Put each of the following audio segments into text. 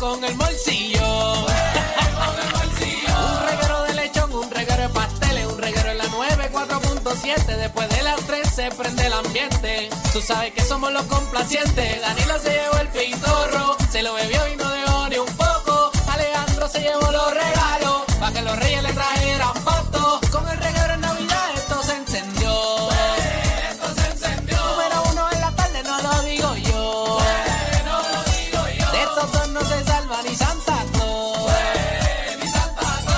con el bolsillo. un reguero de lechón, un reguero de pasteles, un reguero en la 9, 4.7. Después de las 3 se prende el ambiente. Tú sabes que somos los complacientes. Danilo se llevó el pitorro, se lo bebió y no dejó ni un poco. Alejandro se llevó los regalos, para que los reyes le trajeran fotos. Con el reguero en Navidad esto se encendió. esto se encendió. Número uno en la tarde, no lo digo yo. De estos dos no se salva ni Santa Claus.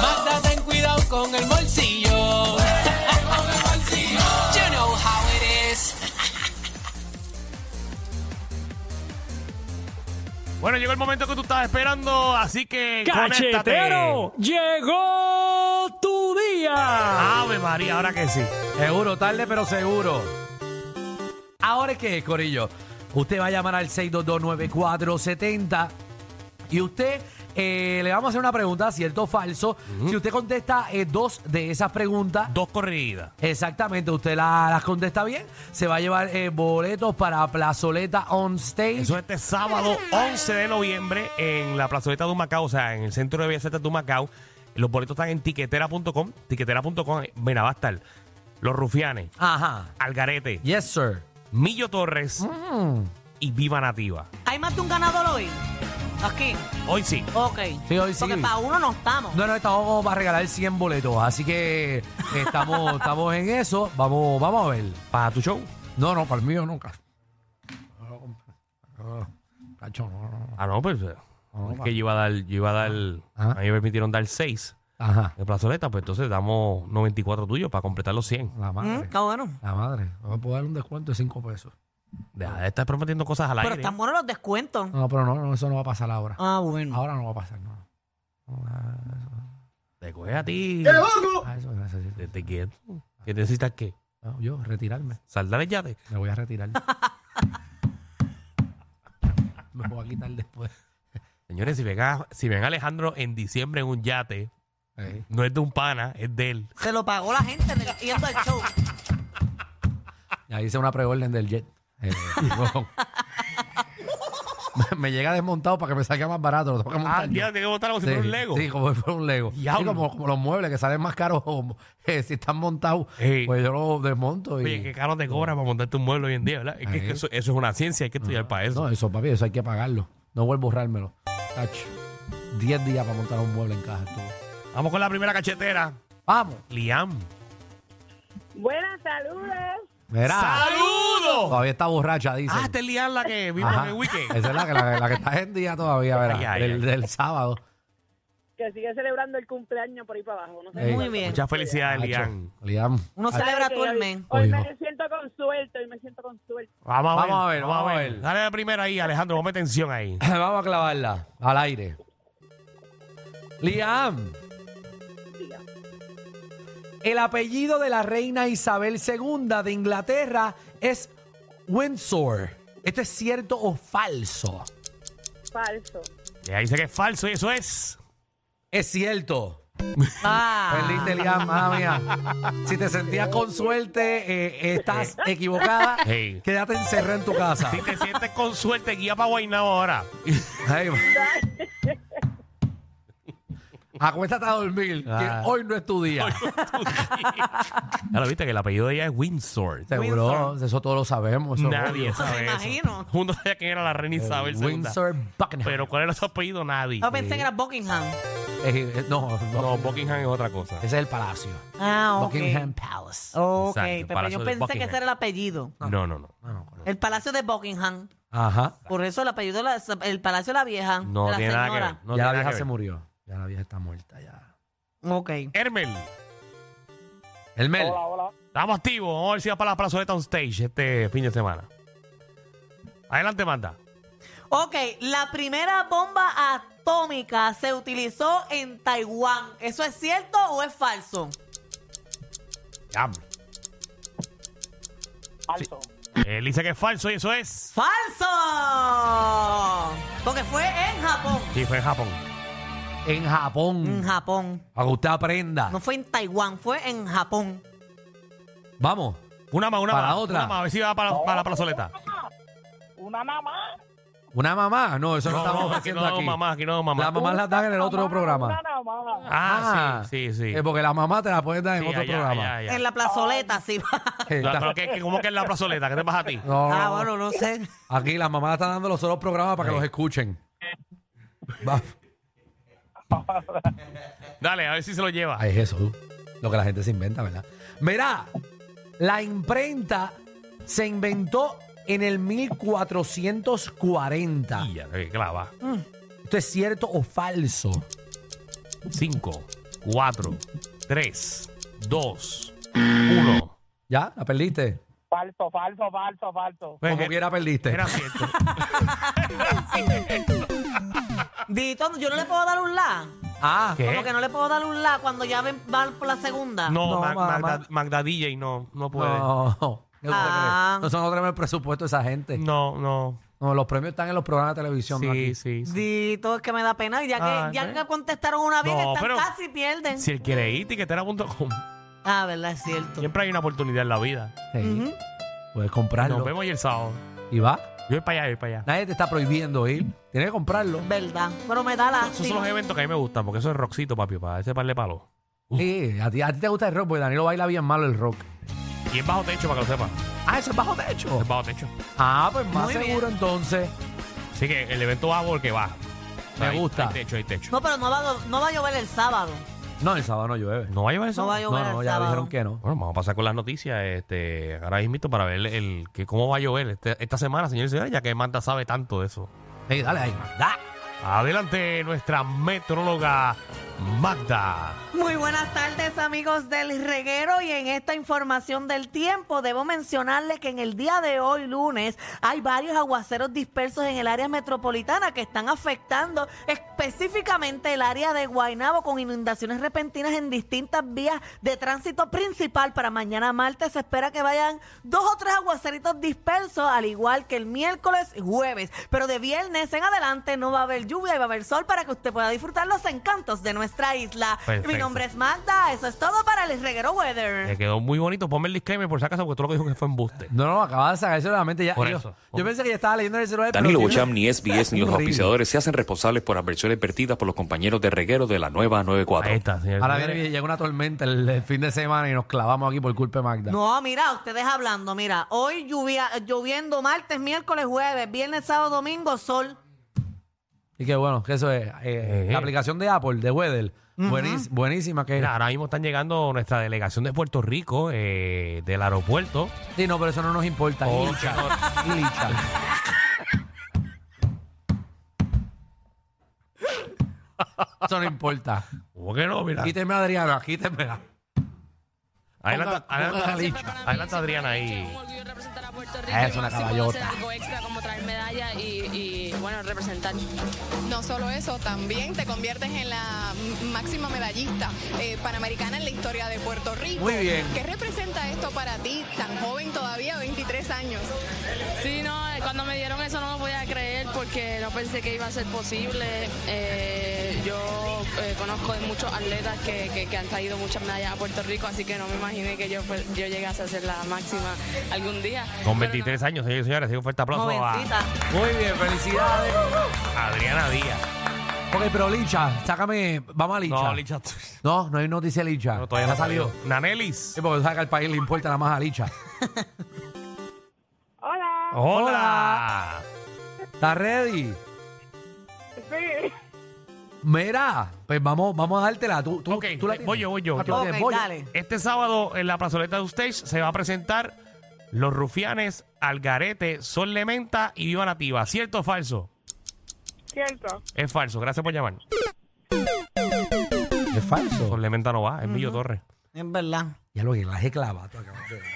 Magda, ten cuidado con el bolsillo. You know how it is. Bueno, llegó el momento que tú estabas esperando, así que ¡Cachetero! conéctate. ¡Llegó tu día! Ave María, ahora que sí. Seguro, tarde pero seguro. Ahora es que es, Corillo. Usted va a llamar al 6229470 y usted eh, le vamos a hacer una pregunta, cierto o falso. Si usted contesta eh, dos de esas preguntas, Dos corridas. exactamente, usted la- las contesta bien, se va a llevar eh, boletos para Plazoleta On Stage. Eso es este sábado 11 de noviembre en la plazoleta de Humacao, o sea, en el centro de Bellas Artes de Humacao. Los boletos están en tiquetera.com. Tiquetera.com, eh, mira, va a estar Los Rufianes, Ajá. Algarete, Yes, sir. Millo Torres y Viva Nativa. ¿Hay más de un ganador hoy? Aquí. Hoy sí. Ok. Sí, hoy sí. Porque para uno no estamos. No, no, estamos como para regalar 100 boletos, así que eh, estamos, estamos en eso. Vamos, vamos a ver. Para tu show. No, no, para el mío nunca. Oh, Cacho, no, no. Ah, no, pues. eh, es que yo iba a dar. Yo iba a dar. Ajá. A mí me permitieron dar 6 Ajá. de plazoleta, pues entonces damos 94 tuyos para completar los 100. La Mm, madre. Está bueno. La madre. Vamos a poder dar un descuento de 5 pesos. Deja de estar prometiendo cosas al Pero aire. están buenos los descuentos. No, pero no, no, eso no va a pasar ahora. Ah, bueno. Ahora no va a pasar, no. Te coge a ti. Ah, eso necesito. Te, te quieto. ¿Qué necesitas qué? No, yo, retirarme. Saldar el yate. Me voy a retirar. Me voy a quitar después. Señores, si ven, a, si ven a Alejandro en diciembre en un yate, Ey. no es de un pana, es de él. Se lo pagó la gente en el- yendo al show. Ya hice una preorden del jet. Eh, no. me, me llega desmontado para que me salga más barato. Lo tengo que montar Ah, yo. ya, tiene que botar algo si fuera un Lego. Sí, como si fuera un Lego. Diablo. Sí, como, como los muebles que salen más caros como, eh, si están montados, Ey. pues yo los desmonto. Y, Oye, qué caro te cobra para montarte un mueble hoy en día, ¿verdad? Es que, Ahí. que eso, eso es una ciencia, hay que estudiar para eso. No, eso, papi, eso hay que pagarlo. No vuelvo a borrármelo. Tacho, 10 días para montar un mueble en caja. tú. Vamos con la primera cachetera. Vamos. Liam. Buenas saludos. Verá. ¡Saludos! Todavía está borracha, dice. Ah, esta es Liam la que vimos en el weekend. Esa es la que, la, la que está en día todavía, verá. Ay, ay, del, ay. del sábado. Que sigue celebrando el cumpleaños por ahí para abajo. No sé. Ey. Muy bien. Muchas felicidades, Tacho, Liam. Liam. Ah. Uno Tacho. celebra Que todo el hoy- mes. Hoy Oye. me siento con suerte, hoy me siento con suerte. Vamos a, Vamos ver, a ver, vamos a vamos a ver. ver. Dale la primera ahí, Alejandro, ponme tensión ahí. Vamos a clavarla al aire. Liam. Diga. El apellido de la reina Isabel II de Inglaterra es Windsor. ¿Esto es cierto o falso? Falso. Y ahí dice que es falso y eso es. Es cierto. Ah. Perdiste, Liam, madre mía. Si te sentías con suerte, eh, estás equivocada. Hey. Quédate encerrada en tu casa. Si te sientes con suerte, guía para Guaynabo ahora. Ay, Acuéstate a dormir, que Ah. hoy no es tu día. Ya lo viste que el apellido de ella es Windsor. Seguro, eso todos lo sabemos. eso es Nadie obvio. sabe Me eso. imagino. Uno sabía quién era la reina Isabel II. Windsor Buckingham. Pero ¿cuál era su apellido? Nadie. Yo pensé que era Buckingham. Eh, eh, no, no, No, Buckingham es otra cosa. Ese es el palacio. Ah, ok. Oh. Buckingham Palace. Ok, Exacto, el pero Palacio yo de pensé que Buckingham. ese era el apellido. No, no, no. El Palacio de Buckingham. Ajá. Por eso el apellido, de la- el Palacio de la Vieja. No de la tiene nada que señora. ver. No ya la tiene nada vieja que se ver. murió. Ya la vieja está muerta ya. Ok. Hermel, El Mel. Hola, hola. estamos activos. Vamos a ver si vas para la plazoleta on stage este fin de semana. Adelante, manda. Ok, la primera bomba atómica se utilizó en Taiwán. ¿Eso es cierto o es falso? Diablo. Falso. Él dice que es falso y eso es. ¡Falso! Porque fue en Japón. Sí, fue en Japón. En Japón. En Japón. Para que usted aprenda. No fue en Taiwán, fue en Japón. Vamos. Una más, una Para más. otra. Una más, a ver si va para, para la plazoleta. Una nada más. ¿Una mamá? No, eso no, estamos aquí haciendo no hago aquí. mamá, aquí no hago mamá. Las mamás las dan en el otro programa. Una mamá. Ah, sí, sí, sí. Eh, porque las mamás te las pueden dar en Sí, otro allá, programa. allá, allá. En la plazoleta, sí. Eh, No, está- pero ¿qué- qué- ¿Cómo que es la plazoleta? ¿Qué te pasa a ti? no, no, ah, no. bueno, no sé. Aquí las mamás están dando los otros programas para que Sí. los escuchen. Va- Dale, a ver si se lo lleva. Ay, Jesús. Lo que la gente se inventa, ¿verdad? Mira, la imprenta se inventó en el 1440. Ya, qué clava. ¿Esto es cierto o falso? 5, 4, 3, 2, 1. ¿Ya? ¿La perdiste? Falso, falso, falso, falso. Pues Como quiera perdiste. Era cierto. Dito, yo no le puedo dar un la. Ah, ¿Qué? Como que no le puedo dar un la cuando ya ven- van por la segunda. No, No, Ma- mamá. Magda, Magda DJ no, no puede. No, no. ¿Qué usted Ah. cree? No, Eso no tenemos el presupuesto de esa gente. no. No, los premios están en los programas de televisión. no Sí, aquí. sí, sí. Dito, es que me da pena. Ya que, Ah, ya ¿ves? que contestaron una bien, No, están pero- casi pierden. Si él quiere ir, tiquetera.com. Ah, verdad, es cierto. Siempre hay una oportunidad en la vida. Sí. Ujú. Puedes comprarlo. Nos vemos ayer sábado. Y va. Yo voy para allá, yo voy para allá. Nadie te está prohibiendo ir. Tienes que comprarlo. Verdad. Pero me da la. Esos son los eventos que a mí me gustan, porque eso es rockcito, papi, para ese par de palos. Sí, a ti, a ti te gusta el rock, porque Danilo baila bien malo el rock. Y es bajo techo, para que lo sepa. Ah, eso es bajo techo. Es bajo techo. Ah, pues más Muy bien. seguro entonces. Así que el evento va porque va. O sea, Me hay- gusta. Hay techo, hay techo. No, pero no va, a- no va a llover el sábado. No, el sábado no llueve. ¿No va a llevar eso? No va a No, llover no, el ya sábado. dijeron que no. Bueno, vamos a pasar con las noticias este, ahora mismo para ver el, que cómo va a llover este- esta semana, señores y señores, ya que Manda sabe tanto de eso. Sí, dale ahí, da. Adelante nuestra metróloga Magda. Muy buenas tardes amigos del reguero y en esta información del tiempo debo mencionarles que en el día de hoy lunes hay varios aguaceros dispersos en el área metropolitana que están afectando específicamente el área de Guaynabo con inundaciones repentinas en distintas vías de tránsito principal para mañana martes se espera que vayan dos o tres aguaceritos dispersos al igual que el miércoles y jueves pero de viernes en adelante no va a haber lluvia y va a haber sol para que usted pueda disfrutar los encantos de nuestra isla Perfecto. mi nombre es Magda, eso es todo para el reguero Te weather. quedó muy bonito. Ponme el disclaimer por si acaso, porque tú lo que dijo que fue embuste. No, no, acabas de sacar eso de la mente ya. Por yo, eso. yo pensé que ya estaba leyendo en el celular. pero Danilo tiene- Bocham, ni SBS, ni los Horrible. auspiciadores se hacen responsables por adversiones vertidas por los compañeros de reguero de la nueva 94. Ahí está, señor. Ahora viene y llega una tormenta el, el fin de semana y nos clavamos aquí por culpa de Magda. No, mira, ustedes hablando, mira, hoy lluvia, lloviendo martes, miércoles, jueves, viernes, sábado, domingo, sol. Y que bueno, que eso es. eh, Eh. La aplicación de Apple, de Weather, buenis- buenísima que es. Mira, ahora mismo están llegando nuestra delegación de Puerto Rico, eh, del aeropuerto. Sí, no, pero eso no nos importa. Oh, licha. qué licha. Eso no importa. ¿Cómo que no? Mira. Quíteme a Adriana, quíteme. Adelanta, ponga- ponga adelanta- la licha. adelanta Adriana ahí. Volvió a representar a Puerto Rico. Es una y máximo caballota. hacer algo extra como traer medalla y, y, bueno, representar. No solo eso, también te conviertes en la m- máxima medallista eh, panamericana en la historia de Puerto Rico. Muy bien. ¿Qué representa esto para ti, tan joven todavía, 23 años? Sí, no, eh, cuando me dieron eso no lo podía creer porque no pensé que iba a ser posible. Eh, yo eh, conozco de muchos atletas que, que- que han traído muchas medallas a Puerto Rico, así que no me imaginé que yo, fue- yo llegase a ser la máxima algún día. Con Pero no- 23 años, señores y señores, así que un fuerte aplauso Jovencita. Muy bien, felicidades. a Adriana Díaz. Ok, pero Licha, sácame. Vamos a Licha. No, Licha. tú- No, no hay noticia de Licha. No, todavía no ha salido. Nanelis. Sí, porque saca al país le importa nada más a Licha. Hola. Oh. Hola. ¿Estás ready? Sí. Mira, pues vamos, vamos a dártela. Tú, tú, Ok, tú la voy tienes? yo, voy yo, Ah, tú yo. la Ok, tienes, voy yo. dale. Este sábado en la plazoleta de Ustage se va a presentar Los Rufianes, Algarete, Sol Lementa y Viva Nativa. ¿Cierto o falso? Cierto. Es falso. Gracias por llamar. Es falso. Sol Lementa no va, es Millo Torres. Es verdad. Ya lo que la he clavado. tú acabas de- Dios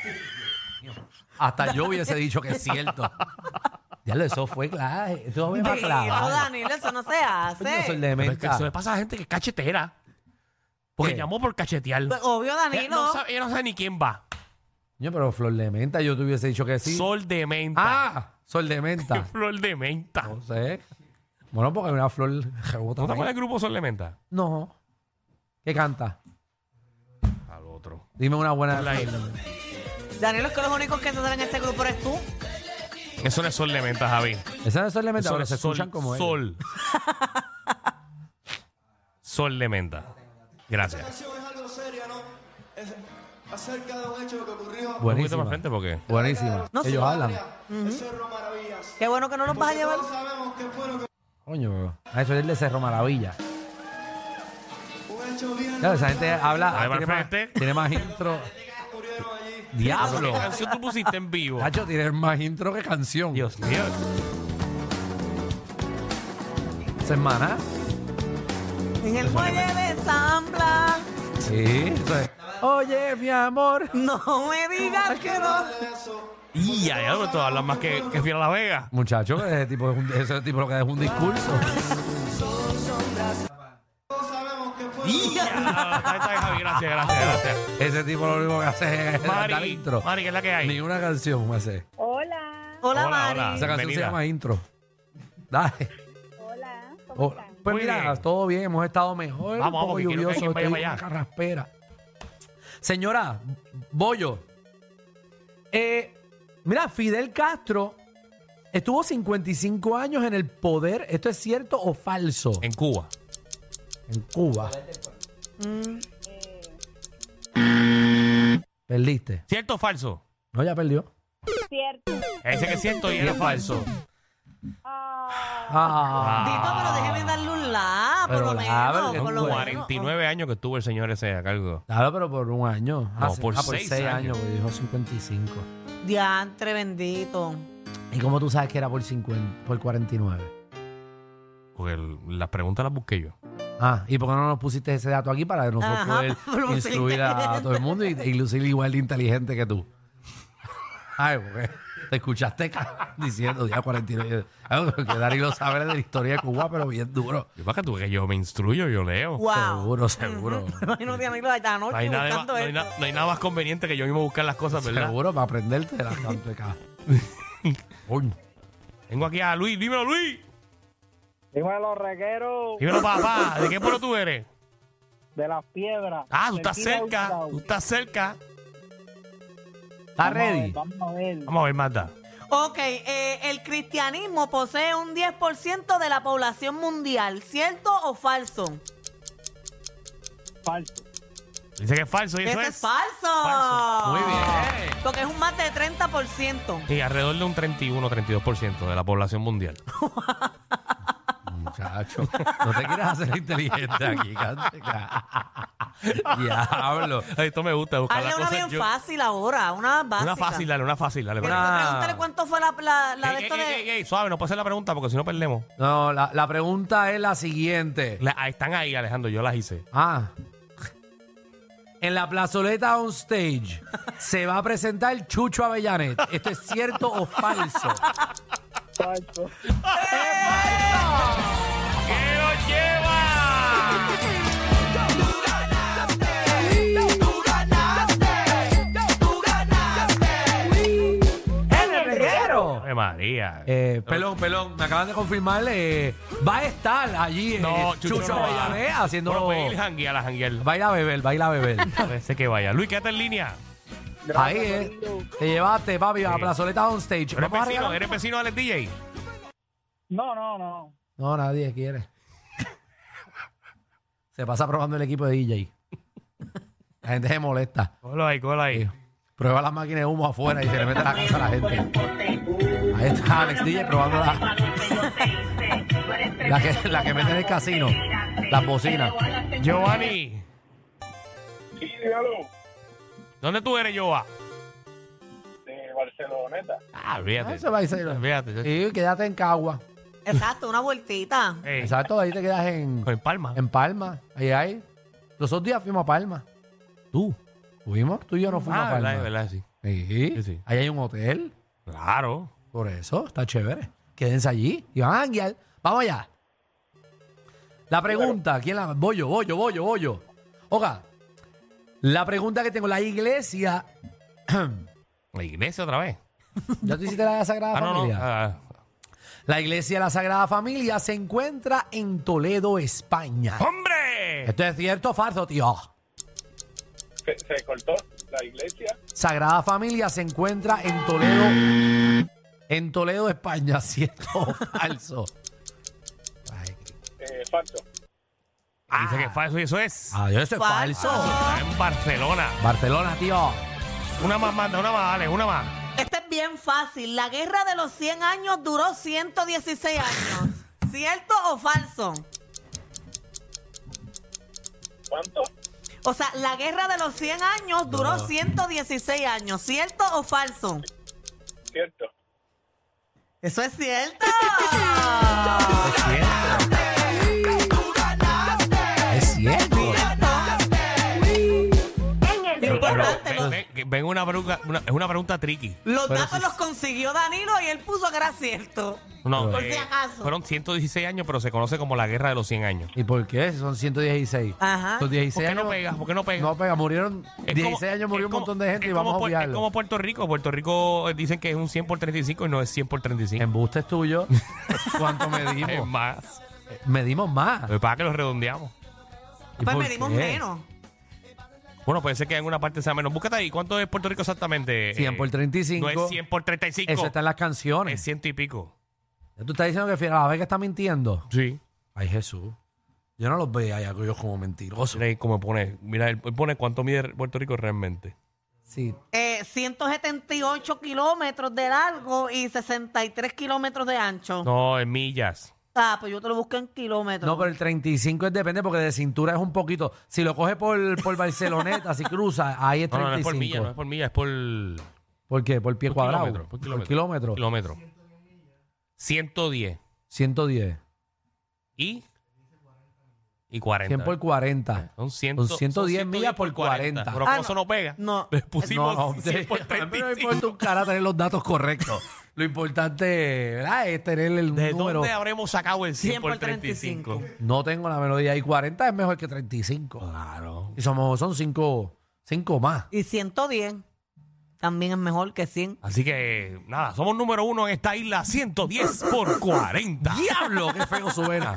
mío. Hasta yo hubiese dicho que es cierto. Ya lo eso fue claro. Tú me vas a Dito, clavar. Danilo, eso no se hace. Yo soy Pero es que dementa. eso le pasa a gente que es cachetera. Porque ¿Qué? llamó por cachetear. Pues, Obvio, Ella Danilo. no, sabe, ella no sabe ni quién va. Yo, pero Flor de Menta, yo te hubiese dicho que sí. Sol de menta. Ah, Sol de Menta. Flor de menta. No sé. Bueno, porque una flor rebota. ¿No te ahí. acuerdas del grupo Sol de menta? No. ¿Qué canta? Al otro. Dime una buena. La isla. Danilo es que los únicos que se saben ese grupo eres tú. Eso no es sol de menta, Javi. Esa no es sol de menta, Eso no pero es se sol. escuchan como ellos. sol. sol de menta. Gracias. Un Buenísima. poquito más frente porque. Buenísima. No ellos sé. hablan. Qué bueno que no los vas a llevar. Coño, a eso es el de Cerro Maravilla. Claro, esa gente habla. Ahí va Tiene al más, frente. tiene más intro. ¿Qué Diablo. canción tú pusiste en vivo? Hacho, tiene más intro que canción. Dios mío. Semana. En el muelle de San Blas. Sí. eso es. Oye, mi amor. No me digas que no. Y ya, ya, pero tú hablas más que, que Fiel a la Vega. Muchacho, ese tipo, es un- ese tipo lo que es un discurso. Y ya. Ah, Ahí está, Javi. Gracias, gracias, gracias. Ese tipo lo único que hace es dar Mari, intro. Mari, ¿qué es la que hay? Ni una canción me hace. Hola, Hola, Hola, Mari. hola. Esa canción Bienvenida. se llama intro. Dale. hola, ¿cómo Oh, están? pues Muy mira, bien. todo bien, hemos estado mejor. Vamos, un poco vamos, que quiero que lluvioso, alguien vaya estoy para una allá. carraspera. Señora, Bollo. eh, mira, Fidel Castro estuvo 55 años en el poder. ¿Esto es cierto o falso? En Cuba. En Cuba. Mm. Perdiste. ¿Cierto o falso? No, ya perdió. Cierto. Ese que es cierto y era falso. Ah, Ah, Dito, pero déjeme darle un la, por Pero lo la, menos. pero por lo un menos. 49 años que estuvo el señor ese a cargo. Claro, pero por un año. Ah, No, por seis seis años. años, porque dijo 55. Diantre bendito. ¿Y cómo tú sabes que era por 50, por 49? Porque el- las preguntas las busqué yo. Ah, ¿y por qué no nos pusiste ese dato aquí para nosotros Ajá, poder para lucir instruir a, a todo el mundo y, y lucir igual de inteligente que tú? Ay, porque te escuchaste ca- diciendo ya 49. Ay, porque Darío sabe de la historia de Cuba, pero bien duro. Yo para que tú veas que yo me instruyo, yo leo. Wow. Seguro, seguro. Imagínate a mí lo de esta No noche hay, nada, de- buscando no hay esto. na- no hay nada más conveniente que yo mismo buscar las cosas, ¿verdad? Seguro para aprenderte de la tanto de ca- Coño. Tengo aquí a Luis. Dímelo, Luis. Dímelo, reguero Dímelo, papá. ¿De qué pueblo tú eres? de las piedras. Ah, tú Del estás Kira cerca. Hurtado. Tú estás cerca. ¿Estás ready? Vamos a ver. vamos Vamos a ver, Marta. Ok, eh, el cristianismo posee un 10% de la población mundial, ¿cierto o falso? a ver. Falso. Dice que es falso y eso Este es. es falso. Falso. Muy bien. Porque es un más de 30%. Y alrededor de un 31 32% de la población mundial. Muchacho, no te quieras hacer inteligente aquí, canteca. Diablo. Ay, Esto me gusta buscar Hazle las una cosas. bien yo- fácil ahora, una básica. Una fácil, dale, una fácil, dale. Pero espérate. Una- pregúntale cuánto fue la, la- la de Ey, esto ey, de... ey, ey, suave, no puedes hacer la pregunta porque si no perdemos. No, la, la pregunta es la siguiente. La- ah, están ahí, Alejandro, yo las hice. Ah. En la plazoleta on stage se va a presentar Chucho Avellanet. ¿Esto es cierto o falso? Falso. ¡Que lo lleva! ¡El reguero! ¡Ay, María! Eh, pelón, pelón, me acaban de confirmar. eh, va a estar allí eh, Chucho, no va. Avellanet haciendo. Bueno, pues ir janguear a janguear. Va a ir a beber, va a ir a beber. Parece que vaya. Luis, quédate en línea. Ahí, eh. Te llevaste, papi, a Sí. la plazoleta on stage. ¿Eres Vamos a vecino? regalar- ¿Eres vecino del DJ? No, no, no. No, nadie quiere. se pasa probando el equipo de DJ. La gente se molesta. Cógelo ahí, cógelo ahí. Prueba las máquinas de humo afuera y se le mete la casa a la gente. Ahí está Alex DJ probando la, la, que, la que mete en el casino. Las bocinas. Giovanni, Sí, dígalo. ¿dónde tú eres, Giova? De Barceloneta. Ah, olvídate. Eso va a ser. Olvídate. Y quédate en Cagua. Exacto, una vueltita. Ey, Exacto, ahí te quedas en, Con Palma. en Palma. Ahí hay. Los otros días fuimos a Palma. ¿Tú? ¿Fuimos? Tú y yo no fuimos Ah, a Palma. verdad, verdad, sí. Sí. Sí, sí. Ahí hay un hotel. Claro. Por eso, está chévere. Quédense allí y van a guiar. Vamos allá. La pregunta, ¿quién la... Bollo, bollo, bollo, bollo. Oiga, la pregunta que tengo, la iglesia... La iglesia otra vez. ¿Ya tú hiciste la de la Sagrada Ah, no, no. Familia? Ah, La iglesia de la Sagrada Familia se encuentra en Toledo, España. Ah. ¡Hombre! ¿Esto es cierto o falso, tío? Se, se cortó la iglesia. Sagrada Familia se encuentra en Toledo, en Toledo, España, ¿cierto o falso? Ay, Eh, falso. Ah. Dice que es falso y eso es. adiós, eso es falso. Está en Barcelona. Barcelona, tío. Una más manda, una más, Alex, una más. Este es bien fácil. La guerra de los 100 años duró 116 años. ¿Cierto o falso? ¿Cuánto? O sea, la guerra de los 100 años duró 116 años. ¿Cierto o falso? Cierto. Eso es cierto. Es cierto. Importante. los- Ven- ven- ven una pregunta, una- es una pregunta tricky. Los Pero datos sí. los consiguió Danilo y él puso que era cierto. No, eh, Eh, Por si acaso. Fueron 116 años, pero se conoce como la guerra de los 100 años. ¿Y por qué? Son 116. Ajá. Son 16 ¿Por qué no años. pegas? ¿Por qué no pegas? No pega, murieron Es 16 como- años, es murió un como- montón de gente es y vamos a como Puer- obviarlo. Es como Puerto Rico. Puerto Rico eh, dicen que es un 100 por 35 y no es 100 por 35. Embuste es tuyo. ¿Cuánto Es medimos? Eh, más. medimos más. Lo que pasa es que los redondeamos. ¿Y Pues por medimos qué? menos. Bueno, puede ser que en una parte sea menos. Búscate ahí. ¿Cuánto es Puerto Rico exactamente? 100 por Eh, 35. No es 100 por 35. Eso está en las canciones. Es ciento y pico. Tú estás diciendo que Fiera la Vega está mintiendo. Sí. Ay, Jesús. Yo no los veía ya ellos como mentirosos. Mira ahí cómo pone. Mira, él él pone cuánto mide Puerto Rico realmente. Sí. Eh, 178 kilómetros de largo y 63 kilómetros de ancho. No, en millas. Ah, pues yo te lo busqué en kilómetros. No, pero el 35 es depende porque de cintura es un poquito. Si lo coge por, por Barceloneta, si cruza, ahí es No, 35. no, no es por millas, no es por millas, es por. ¿Por qué? Por pie por cuadrado. kilómetro, Por kilómetro. kilómetro. Kilómetro. 110 110. y. Y 40. 100 por 40. Son, 100, Son 110 millas por 40. Pero Ah, como no. eso no pega. No. Le pusimos No, no, 100 por a mí no me 35. importa un cara tener los datos correctos. Lo importante ¿verdad? es tener el ¿De número. dónde habremos sacado el 100, 100 por por 35? No tengo la melodía. Y 40 es mejor que 35. Claro. Y somos, son 5 más. Y 110 también es mejor que 100. Así que, nada, somos número uno en esta isla, 110 por 40. ¡Diablo! ¡Qué feo suena!